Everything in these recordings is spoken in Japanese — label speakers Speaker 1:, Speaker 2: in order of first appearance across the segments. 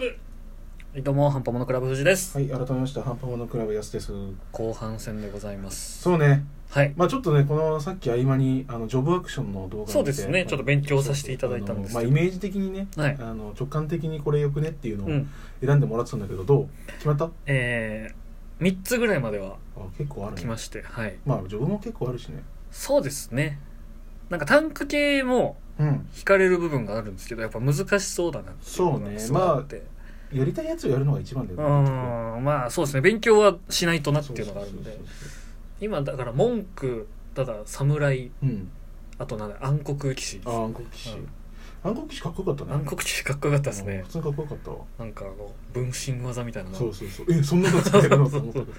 Speaker 1: はい、どうも、ハンパモノクラブ藤です。
Speaker 2: はい、改めまして、ハンパモノクラブ安です。
Speaker 1: 後半戦でございます。
Speaker 2: そうね、
Speaker 1: はい。
Speaker 2: まあちょっとね、このさっき合間に、あの、ジョブアクションの動画を見て
Speaker 1: そうですねちょっと勉強させていただいたんですけど
Speaker 2: あのまあイメージ的にね、
Speaker 1: はい
Speaker 2: あの、直感的にこれよくねっていう
Speaker 1: う
Speaker 2: のを
Speaker 1: ん。
Speaker 2: 選んでもらってたんだけど、どう決まったあ
Speaker 1: えー、3つぐらいまでは
Speaker 2: 結構ある
Speaker 1: 来
Speaker 2: ね
Speaker 1: ま。して、はい。
Speaker 2: まあジョブも結構あるしね。
Speaker 1: そうですね。なんか短歌系も
Speaker 2: うん。
Speaker 1: 惹かれる部分があるんですけど、やっぱ難しそうだなっていうの
Speaker 2: そう
Speaker 1: が
Speaker 2: ね
Speaker 1: すごいあって。
Speaker 2: やりたいやつをやるのが一番だよ
Speaker 1: う
Speaker 2: ね。
Speaker 1: ーん、まあそうですね。勉強はしないとなってい
Speaker 2: そ
Speaker 1: うのがあるんで
Speaker 2: そう。そう
Speaker 1: 今、だから文句、ただ侍、
Speaker 2: そううん。
Speaker 1: あとなんだ、暗黒騎士です
Speaker 2: あ、暗黒騎士
Speaker 1: うん。
Speaker 2: 暗黒騎士かっこよかったね。
Speaker 1: 暗黒騎士かっこよかったです
Speaker 2: うん
Speaker 1: ね
Speaker 2: 普。通にかっこよかったわ。
Speaker 1: なんかあの、分身技みたいなのが
Speaker 2: そうそうそう。え、そんなの使える のと思ったけど。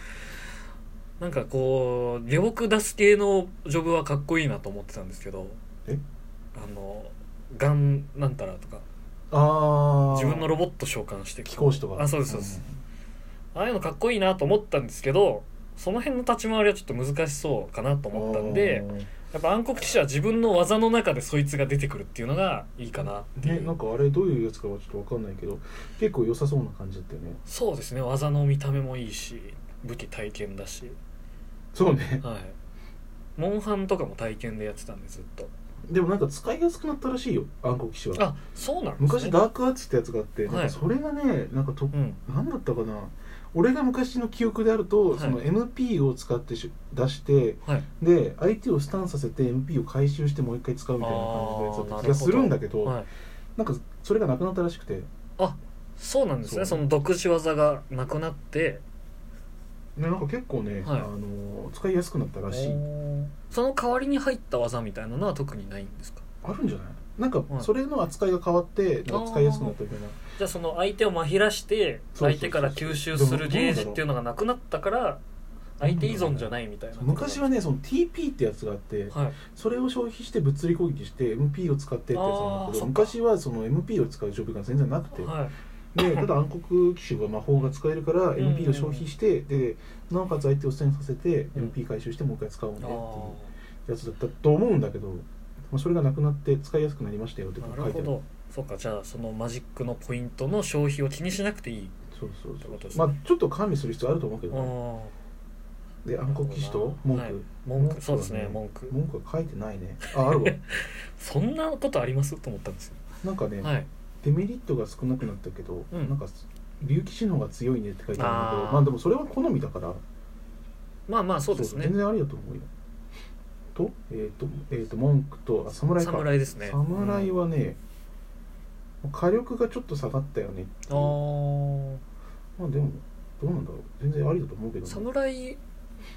Speaker 1: なんかこう下僕出す系のジョブはかっこいいなと思ってたんですけど
Speaker 2: え
Speaker 1: あのガンなんたらとか
Speaker 2: ああ。
Speaker 1: 自分のロボット召喚して
Speaker 2: 貴公子とか
Speaker 1: あそうですそうです、ああいうのかっこいいなと思ったんですけどその辺の立ち回りはちょっと難しそうかなと
Speaker 2: うん
Speaker 1: 思ったんでやっぱ暗黒騎士は自分の技の中でそいつが出てくるっていうのがいいかなってい
Speaker 2: ね
Speaker 1: う、
Speaker 2: なんかあれどういうやつかはちょっとわかんないけど結構良さそうな感じだったよね
Speaker 1: そうですね技の見た目もいいし武器体験だし
Speaker 2: そうね
Speaker 1: はいモンハンとかも体験でやってたんでずっと
Speaker 2: でもなんか使いやすくなったらしいよ暗黒騎士は
Speaker 1: あそうなんですね
Speaker 2: 昔ダークアーツってやつがあって、
Speaker 1: はい
Speaker 2: なんかそれがねなんかと、
Speaker 1: うん
Speaker 2: なんだったかな俺が昔の記憶であると、
Speaker 1: はい
Speaker 2: その MP を使ってし出して
Speaker 1: はい
Speaker 2: で相手をスタンさせて MP を回収してもう一回使うみたいな感じのやつだった
Speaker 1: あー
Speaker 2: 気がするんだけどな
Speaker 1: はい、
Speaker 2: んかそれがなくなったらしくて
Speaker 1: そうなんですねそ
Speaker 2: そう
Speaker 1: の独自技がなくなって
Speaker 2: でなんか結構ね、
Speaker 1: はい
Speaker 2: あの使いやすくなったらしい
Speaker 1: その代わりに入った技みたいなのは特にないんですか
Speaker 2: あるんじゃないなんか
Speaker 1: はい
Speaker 2: それの扱いが変わってなんか使いやすくなったみたいな
Speaker 1: じゃあその相手をまひらして
Speaker 2: そうそうそう
Speaker 1: 相手から吸収するゲージっていうのがなくなったから相手依存じゃないみたいな
Speaker 2: 昔はねその TP ってやつがあって、
Speaker 1: はい
Speaker 2: それを消費して物理攻撃して MP を使ってってやつなんだ
Speaker 1: あー
Speaker 2: け
Speaker 1: そ
Speaker 2: ど
Speaker 1: っか
Speaker 2: 昔はその MP を使うジョブが全然なくて、
Speaker 1: はい
Speaker 2: でただ暗黒騎士は魔法が使えるから
Speaker 1: んうんうん
Speaker 2: MP を消費して、でなおかつ相手を戦させて
Speaker 1: うん
Speaker 2: MP 回収してもう一回使おうねっ
Speaker 1: あ
Speaker 2: てい
Speaker 1: あ
Speaker 2: うやつだったと思うんだけど、まあ、それがなくなって使いやすくなりましたよって書い
Speaker 1: な
Speaker 2: てあ
Speaker 1: る
Speaker 2: る
Speaker 1: ほどそうかじゃあそのマジックのポイントの消費を気にしなくていい
Speaker 2: そうそう
Speaker 1: ってことです
Speaker 2: そ
Speaker 1: ね
Speaker 2: うまあちょっと管理する必要あると思うけ
Speaker 1: あ
Speaker 2: どね、
Speaker 1: ー
Speaker 2: で暗黒騎士と文句、
Speaker 1: はい文
Speaker 2: 文
Speaker 1: 句
Speaker 2: 句はね
Speaker 1: そうですね文句
Speaker 2: 文句は書いてないねあある わ
Speaker 1: そんなことありますと思ったんですよ
Speaker 2: なんかね、
Speaker 1: はい
Speaker 2: デメリットが少なくなったけど、
Speaker 1: うん
Speaker 2: なんか竜騎士の方が強いねって書いてあるんだけど
Speaker 1: あー
Speaker 2: まあでもそれは好みだから
Speaker 1: まあまあそうですね
Speaker 2: 全然ありだと思うよとえっ、とえっ、と文句とあ侍か
Speaker 1: 侍ですね
Speaker 2: 侍
Speaker 1: うん
Speaker 2: はね、火力がちょっと下がったよねってい
Speaker 1: あ
Speaker 2: うまあでもどうなんだろう全然ありだと思うけ
Speaker 1: あ
Speaker 2: ど、ね、
Speaker 1: 侍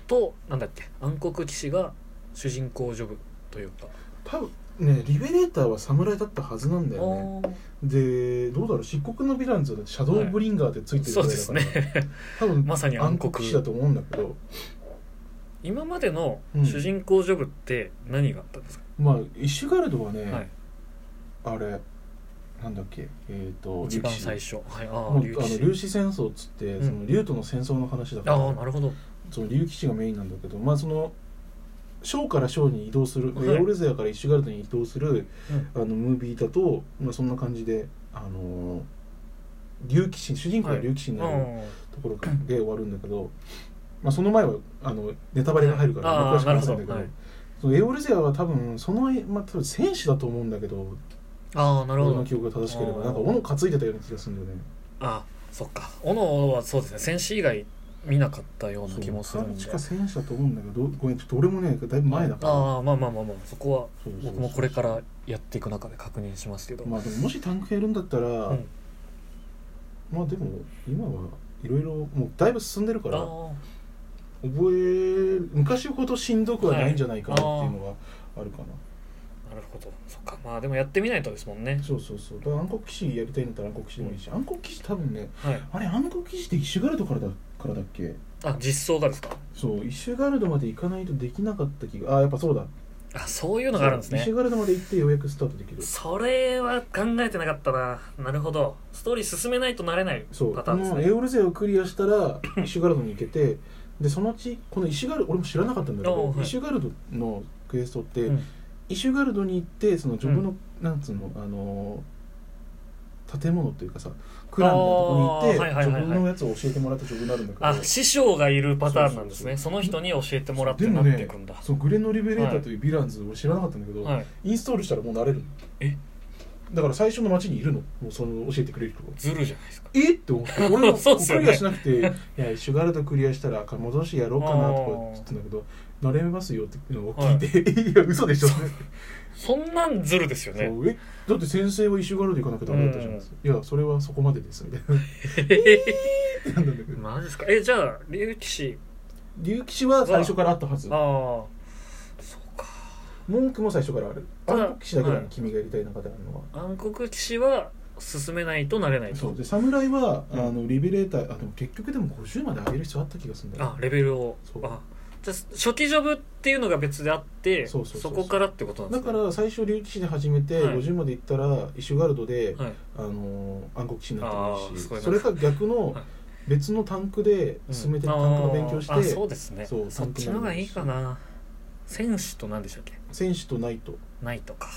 Speaker 1: となんだっけ暗黒騎士が主人公ジョブというか、
Speaker 2: 多分ねリベレーターは侍だったはずなんだよね
Speaker 1: あ
Speaker 2: でどうだろう漆黒のヴィランズはシャドーブリンガーってつ
Speaker 1: ー
Speaker 2: いてる
Speaker 1: そう
Speaker 2: ぐ
Speaker 1: で
Speaker 2: らいだ
Speaker 1: す
Speaker 2: から、
Speaker 1: ね
Speaker 2: 多分
Speaker 1: まさに暗
Speaker 2: 暗
Speaker 1: 黒
Speaker 2: 黒騎士だと思うんだけど
Speaker 1: 今までの
Speaker 2: うん
Speaker 1: 主人公ジョブって何があったんですか、
Speaker 2: まあイシュガルドはね、
Speaker 1: はい、
Speaker 2: あれなんだっけえっ、と
Speaker 1: 一番最初、
Speaker 2: 初
Speaker 1: はい、
Speaker 2: あ
Speaker 1: ああ
Speaker 2: の
Speaker 1: 竜騎
Speaker 2: 竜
Speaker 1: 士
Speaker 2: 騎戦争っつって、
Speaker 1: うん
Speaker 2: その竜との戦争の話だか
Speaker 1: あ
Speaker 2: ら
Speaker 1: あなるほど
Speaker 2: その竜騎士がメインなんだけどまあその章から章に移動する、
Speaker 1: はい
Speaker 2: エオルゼアからイシュガルドに移動する、
Speaker 1: うん
Speaker 2: あのムービーだと、まあ、そんな感じであのー竜騎士主人公が竜騎士になる
Speaker 1: う
Speaker 2: ところで終わるんだけど、まあ、その前はあのネタバレが入るから、
Speaker 1: あー
Speaker 2: 詳しく話せないんだ
Speaker 1: な
Speaker 2: け
Speaker 1: る
Speaker 2: ど、そのエオルゼアは多分その、まあ、多分戦士だと思うんだけど
Speaker 1: んああなるほ
Speaker 2: 俺
Speaker 1: ど
Speaker 2: の記憶が正しけれ
Speaker 1: あ
Speaker 2: ば
Speaker 1: ー
Speaker 2: なんか斧担いでたような気がするんだよね
Speaker 1: あーそっか斧はそうですね戦士以外見なかったような気もするんで
Speaker 2: 確か戦士だと思うんだけどごめんちょっと俺もねだいぶ前だから
Speaker 1: ああまあまあまあまあそこは
Speaker 2: そうそうそう
Speaker 1: 僕もこれからやっていく中で確認しますけど、
Speaker 2: まあでももしタンクやるんだったら、
Speaker 1: うん
Speaker 2: まあでも今はいろいろもうだいぶ進んでるから覚
Speaker 1: ああ
Speaker 2: え昔ほどしんどくはないんじゃないかなっていうのがあるかな、
Speaker 1: なるほどそっかまあでもやってみないとですもんね
Speaker 2: そうそうそうだから暗黒騎士やりたいんだったら暗黒騎士でもいいし、暗黒騎士多分ね
Speaker 1: はい
Speaker 2: あれ暗黒騎士ってイシュガルドからだからだっけ
Speaker 1: あ実装がですか
Speaker 2: そうイシュガルドまで行かないとできなかった気があやっぱそうだ
Speaker 1: あそういうのがあるんです
Speaker 2: イシ
Speaker 1: ね
Speaker 2: ュガルドまで行ってようやくスタートできる
Speaker 1: それは考えてなかったななるほどストーリー進めないとなれない
Speaker 2: そう
Speaker 1: パターンです
Speaker 2: この
Speaker 1: ね
Speaker 2: エオルゼをクリアしたらイシュガルドに行けてでそのうちこのイシュガル俺も知らなかったんだけ
Speaker 1: お
Speaker 2: ど
Speaker 1: う、はい
Speaker 2: イシュガルドのクエストって、
Speaker 1: うん
Speaker 2: イシュガルドに行ってそのジョブの、なんつうのあのー建物というかさクランみたいなとこに行って、
Speaker 1: あーはいはいはいはい
Speaker 2: 自分のやつを教えてもらって序文になるんだけど
Speaker 1: あ師匠がいるパターンなんですねそ
Speaker 2: そうそうそ
Speaker 1: の
Speaker 2: う
Speaker 1: 人に教えてもらって
Speaker 2: で
Speaker 1: な
Speaker 2: も
Speaker 1: っ
Speaker 2: ね
Speaker 1: ていくんだ、
Speaker 2: そうグレノリベレーターというヴィランズ俺知らなかったんだけど、
Speaker 1: はい、
Speaker 2: インストールしたらもう慣れるの
Speaker 1: え
Speaker 2: だから最初の街にいるのもうその教えてくれる人が
Speaker 1: ずるじゃないですか
Speaker 2: えって思って俺も
Speaker 1: そうっす
Speaker 2: ク
Speaker 1: よね
Speaker 2: リアしなくて「いやシュガールドクリアしたら赤戻しやろうかな」とか言ってたんだけど「慣れますよ」っていうのを聞いて「い、や嘘でしょ」って
Speaker 1: そんなんずるですよね
Speaker 2: そうえだって先生はイシュガールド行かなきゃダメだったじゃないですか、いやそれはそこまでですみ たいなってなん だけ ど
Speaker 1: マジですかえじゃあ竜騎士
Speaker 2: 竜騎士は最初からあったはず
Speaker 1: ああそうか
Speaker 2: 文句も最初からある
Speaker 1: ただ
Speaker 2: 暗黒騎士だけなの、
Speaker 1: はい
Speaker 2: 君がやりたい中であるのは
Speaker 1: 暗黒騎士は進めないとなれない
Speaker 2: そう
Speaker 1: と
Speaker 2: で侍は、
Speaker 1: うん
Speaker 2: あのリベレーターあでも結局でも50まで上げる必要あった気がするんだよ
Speaker 1: あレベルを
Speaker 2: そう
Speaker 1: あじゃあ初期ジョブっていうのが別であって
Speaker 2: そうそうそうそう
Speaker 1: こからってことなんで
Speaker 2: だ
Speaker 1: すか
Speaker 2: か
Speaker 1: だから
Speaker 2: 最初竜騎士で始めて、
Speaker 1: はい
Speaker 2: 50まで行ったらイシュガルドで、
Speaker 1: ら、はい、
Speaker 2: あのー暗黒騎士になっても
Speaker 1: あ
Speaker 2: いいし
Speaker 1: ーすごいな
Speaker 2: それか逆の
Speaker 1: はい
Speaker 2: 別のタンクで進めてタンクの勉強して、
Speaker 1: あーあそうですね
Speaker 2: そう
Speaker 1: そっちの方がいいかな選手と何でしたっけ
Speaker 2: 戦士とナイト
Speaker 1: ないとか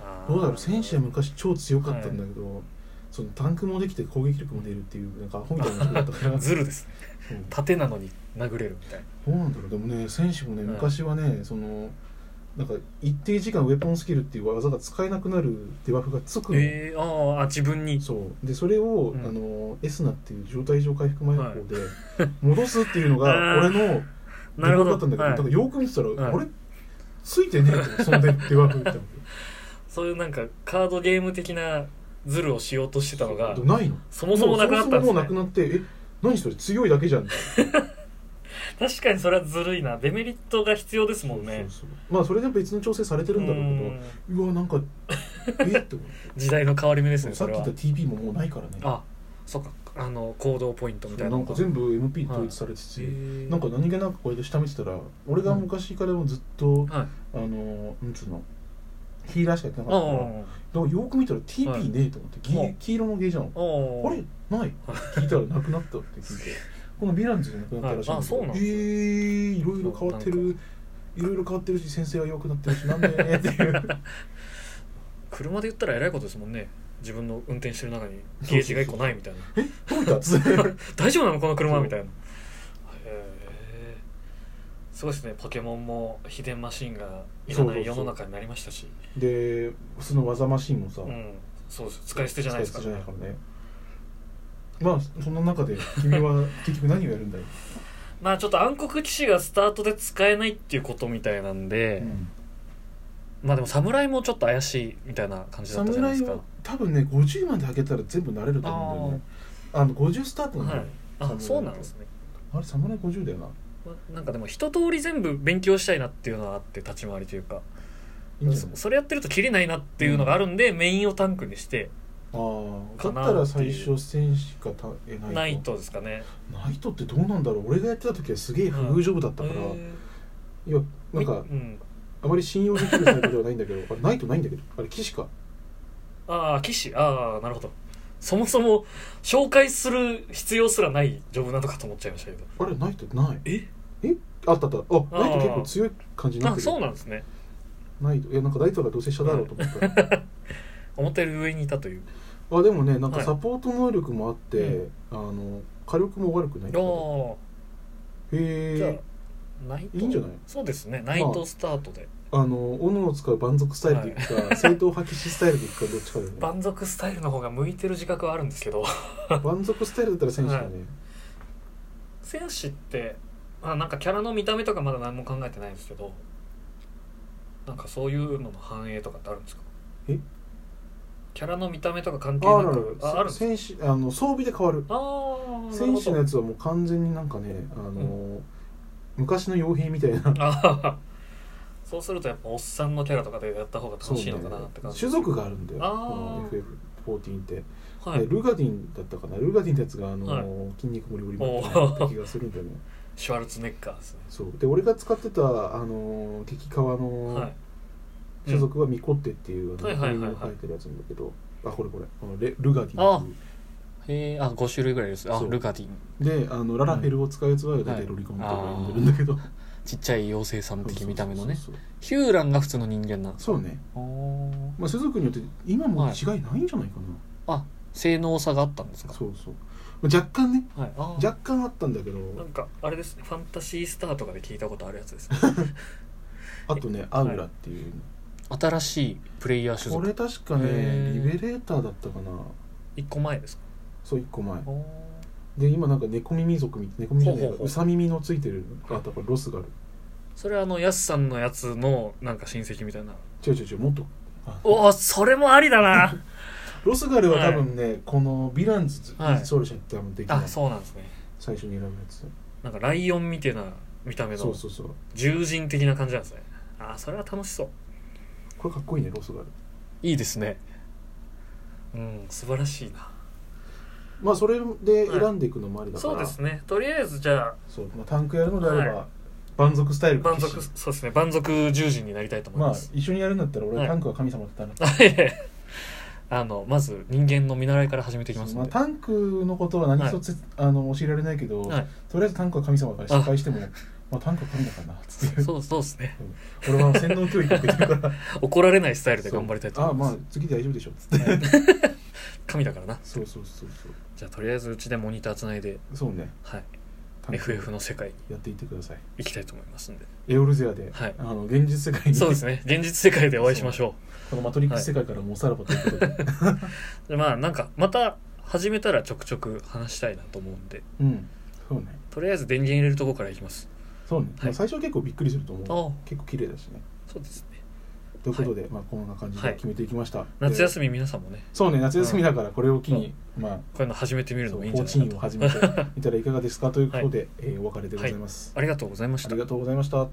Speaker 1: あー
Speaker 2: どうだろう戦士は昔超強かったんだけど、そのタンクもできて攻撃力も出るっていうなんかアホみたいな人だっ たから
Speaker 1: ズルですね
Speaker 2: そう
Speaker 1: 縦なのに殴れるみたいな
Speaker 2: どうなんだろうでもね戦士もね
Speaker 1: はい
Speaker 2: 昔はね、そのなんか一定時間ウェポンスキルっていう技が使えなくなるデバフがつくの、
Speaker 1: えー、あーあ自分に
Speaker 2: そうでそれを、
Speaker 1: うん
Speaker 2: あのエスナっていう状態異常回復魔法で戻すっていうの が
Speaker 1: あー
Speaker 2: 俺の
Speaker 1: なるほ
Speaker 2: だっ
Speaker 1: ど
Speaker 2: たんだけど、
Speaker 1: はい
Speaker 2: だからよく見てたら、
Speaker 1: はい
Speaker 2: あれついてねえってその デバフみたいな
Speaker 1: そういうなんかカードゲーム的なズルをしようとしてたのが
Speaker 2: ないの
Speaker 1: そもそもなくなったん
Speaker 2: もうそもそももう
Speaker 1: です
Speaker 2: な
Speaker 1: ね
Speaker 2: くなってえ何それ強いだけじゃん
Speaker 1: 確かにそれはずるいなデメリットが必要ですもんね
Speaker 2: そうそうまあそれで別の調整されてるんだろう
Speaker 1: うん
Speaker 2: けどうわなんかえーって思って
Speaker 1: 時代の変わり目ですね そ
Speaker 2: さっき
Speaker 1: れ
Speaker 2: 言っ
Speaker 1: は
Speaker 2: た TP ももうないからね
Speaker 1: あそうかあの行動ポイントみたいな
Speaker 2: なんか全部 MP 統一されてて、なんか何気なくこうやって下見てたら俺が昔からもずっ
Speaker 1: は
Speaker 2: と、
Speaker 1: い
Speaker 2: あのなんつうのヒーラーしかやってな
Speaker 1: あ
Speaker 2: かったからだからよく見たら TP ねえと思って、ギ
Speaker 1: はい
Speaker 2: 黄色のゲージなのあ
Speaker 1: あ
Speaker 2: れない聞いたらなくなったって聞いてこのヴィランズじゃなくなったらしいんだけど
Speaker 1: はいあそうなん
Speaker 2: え
Speaker 1: だ
Speaker 2: ー、いろいろ変わって
Speaker 1: な
Speaker 2: るいろいろ変わってるし先生は弱くなってるしなんでねっていう
Speaker 1: 車で言ったらえらいことですもんね自分の運転してる中にゲージが1個ないみたいな
Speaker 2: どういたっつって
Speaker 1: 大丈夫なのこの車
Speaker 2: そう
Speaker 1: みたいなへえすごいですねポケモンも秘伝マシンがいら
Speaker 2: そうそう
Speaker 1: な
Speaker 2: そう
Speaker 1: い世の中になりましたし
Speaker 2: で普通の技マシンもさ、
Speaker 1: うんそうです使い捨てじゃないですか
Speaker 2: 使い捨てじゃないからねまあそんな中で 君は結局何をやるんだよ、
Speaker 1: まあちょっと暗黒騎士がスタートで使えないっていうことみたいなんで、
Speaker 2: うん
Speaker 1: まあでも侍もちょっと怪しいみたいな感じだったじゃないで
Speaker 2: 侍
Speaker 1: すか
Speaker 2: は多分ね50まで上げたら全部慣れると思うんだよねあの50スタートなんだ
Speaker 1: は
Speaker 2: よ、
Speaker 1: いあ
Speaker 2: 侍
Speaker 1: そうなんですね
Speaker 2: あれ侍50だよな
Speaker 1: まなんかでも一通り全部勉強したいなっていうのはあって立ち回りというか
Speaker 2: いいんじゃ
Speaker 1: そ
Speaker 2: ない
Speaker 1: それやってるとキリないなっていうのがあるんで、メインをタンクにして
Speaker 2: ああだ
Speaker 1: か
Speaker 2: っ
Speaker 1: な
Speaker 2: たら最初戦士かたえナイト
Speaker 1: ナイトですかね
Speaker 2: ナイトってどうなんだろう俺がやってた時はすげえ不遇ジョブだったから、
Speaker 1: へ
Speaker 2: い
Speaker 1: ー
Speaker 2: やなんか
Speaker 1: うん、
Speaker 2: あまり信用できるタイプではないんだけどあれナイトないんだけどあれ騎士か
Speaker 1: ああ騎士ああなるほどそもそも紹介する必要すらないジョブなのかと思っちゃいましたけど
Speaker 2: あれナイトない
Speaker 1: え
Speaker 2: えあったあったあナイト結構強い感じになっ
Speaker 1: あ
Speaker 2: てる
Speaker 1: そうなんですね
Speaker 2: ナイトいやなんかナイトがどうせ下だろうと思ったら
Speaker 1: 思ったより上にいたという
Speaker 2: あでもねな
Speaker 1: は
Speaker 2: んか
Speaker 1: い
Speaker 2: サポート能力もあって、
Speaker 1: う
Speaker 2: あの火力も悪くないへ
Speaker 1: ああじゃあ
Speaker 2: え
Speaker 1: ナイト
Speaker 2: いいんじゃない
Speaker 1: そうですねナイトスタートで、
Speaker 2: あの斧を使う蛮族スタイルでいくか、正統派騎士スタイルでいくかどっ ちかだよね
Speaker 1: 蛮族スタイルの方が向いてる自覚はあるんですけど
Speaker 2: 蛮族スタイルだったら戦士だね、
Speaker 1: 戦士って、まあ、なんかキャラの見た目とかまだ何も考えてないんですけどなんかそういうのの反映とかってあるんですか
Speaker 2: え
Speaker 1: キャラの見た目とか関係
Speaker 2: あ
Speaker 1: な
Speaker 2: る
Speaker 1: くああ
Speaker 2: あ
Speaker 1: るんで
Speaker 2: る
Speaker 1: すか
Speaker 2: 戦士あの装備で変わる
Speaker 1: あーなる
Speaker 2: 戦
Speaker 1: ほ
Speaker 2: 士
Speaker 1: ど
Speaker 2: のやつはもう完全になんかねあの、
Speaker 1: う
Speaker 2: 昔の傭兵みたいな
Speaker 1: あはは そうするとやっぱおっさんのキャラとかでやった方が楽しいのかなって感じ
Speaker 2: 種族があるんだよ
Speaker 1: あー
Speaker 2: この FF14 って、
Speaker 1: はい
Speaker 2: でルガディンだったかなルガディンってやつがあの、
Speaker 1: はい
Speaker 2: 筋肉もりもりみたいな気がするんだよね
Speaker 1: シュワルツェネッガーですね
Speaker 2: そうで俺が使ってたあの敵側
Speaker 1: は
Speaker 2: の
Speaker 1: い
Speaker 2: 種族はミコッテっていうあの
Speaker 1: はいはいはいはい
Speaker 2: 人間が書いてるやつなんだけどあこれこれこのレルガディンっていう
Speaker 1: へえあ5種類ぐらいです
Speaker 2: あそうル
Speaker 1: カディン
Speaker 2: であのララフェルを使うやつは大体ロリコンとか呼んでるんだけど、
Speaker 1: ちっちゃい妖精さん的見た目のね
Speaker 2: そうそう
Speaker 1: ヒューランが普通の人間なんです
Speaker 2: そうそうね、
Speaker 1: あー
Speaker 2: まあ、種族によって今も違いないんじゃないかな、
Speaker 1: あ性能差があったんですか
Speaker 2: そうそうまあ若干ね
Speaker 1: はいあー
Speaker 2: 若干あったんだけど
Speaker 1: なんかあれですねファンタシースターとかで聞いたことあるやつですね
Speaker 2: あとねアウラっていう、
Speaker 1: 新しいプレイヤー種
Speaker 2: こ
Speaker 1: 族
Speaker 2: れ確かね
Speaker 1: へ
Speaker 2: リ
Speaker 1: ー
Speaker 2: ベレーターだったかな
Speaker 1: 一個前ですか
Speaker 2: そう一個前
Speaker 1: おー
Speaker 2: で今なんか猫耳族み猫耳じゃない
Speaker 1: ほうほうほ
Speaker 2: か
Speaker 1: う
Speaker 2: うさ耳のついてるあとこれロスがある
Speaker 1: それはあのヤスさんのやつのなんか親戚みたいな
Speaker 2: 違う違う違うもっとあ
Speaker 1: おおそれもありだな
Speaker 2: ロスガルは多分ね、このヴィランズ
Speaker 1: はい
Speaker 2: ソルシャって多分できない、
Speaker 1: あそうなんですね
Speaker 2: 最初に選ぶやつ
Speaker 1: なんかライオンみたいな見た目
Speaker 2: そ
Speaker 1: の
Speaker 2: うそうそう
Speaker 1: 獣人的な感じなんですねあそれは楽しそう
Speaker 2: これかっこいいねロスガル
Speaker 1: いいですねうん素晴らしいな
Speaker 2: まあそれで選んでいくのもありだから、
Speaker 1: そうですねとりあえずじゃあ
Speaker 2: そうまあ、タンクやるのであれば、
Speaker 1: は
Speaker 2: 蛮族スタイルか
Speaker 1: 満足そうですね満足獣人になりたいと思い
Speaker 2: ま
Speaker 1: ま
Speaker 2: あ
Speaker 1: す、
Speaker 2: 一緒にやるんだったら俺、
Speaker 1: はい
Speaker 2: タンクは神様って言ったら
Speaker 1: あ、いえいえ あのまず人間の見習いから始めていきます
Speaker 2: ま
Speaker 1: の
Speaker 2: あ、
Speaker 1: で、
Speaker 2: タンクのことは何一つ、あの教えられないけど、
Speaker 1: はい
Speaker 2: とりあえずタンクは神様だから失敗してもまあ、タンクは神だからなっていう
Speaker 1: そうそうですね
Speaker 2: 俺は洗脳教育受けてるから
Speaker 1: 怒られないスタイルで頑張りたいと思いま
Speaker 2: あ
Speaker 1: す
Speaker 2: まあ次大丈夫でしょっつって
Speaker 1: 神だからな
Speaker 2: そうそうそうそ
Speaker 1: じゃあとりあえずうちでモニターつないで、
Speaker 2: うそう ね
Speaker 1: はい、
Speaker 2: タンク
Speaker 1: FF の世界に
Speaker 2: やっていってください
Speaker 1: 行きたいと思いますん で
Speaker 2: エオルゼアで、
Speaker 1: はい
Speaker 2: あの現実世界に
Speaker 1: そうですね現実世界でお会いしましょ
Speaker 2: このマトリックス世界からもうさらばということで、
Speaker 1: うでまあなんかまた始めたらちょくちょく話したいなと思うんで
Speaker 2: うんそうね
Speaker 1: とりあえず電源入れるとこからいきます
Speaker 2: そうね、まあ
Speaker 1: はい
Speaker 2: 最初は結構びっくりすると思う
Speaker 1: あ
Speaker 2: 結構綺麗だしね
Speaker 1: そうですね
Speaker 2: ということで、まあこんな感じで決めていきました、
Speaker 1: 夏
Speaker 2: み
Speaker 1: 休み皆さんもね
Speaker 2: そうね夏休みだからこれを機に、まあ
Speaker 1: こういうの始めてみるのもいいんじ
Speaker 2: コ
Speaker 1: ゃ
Speaker 2: ー
Speaker 1: ない
Speaker 2: チ
Speaker 1: か
Speaker 2: ン
Speaker 1: と
Speaker 2: を 始めてみたらいかがですかということで、えーお別れでございます、
Speaker 1: ありがとうございまし
Speaker 2: あ
Speaker 1: た
Speaker 2: りがとうございました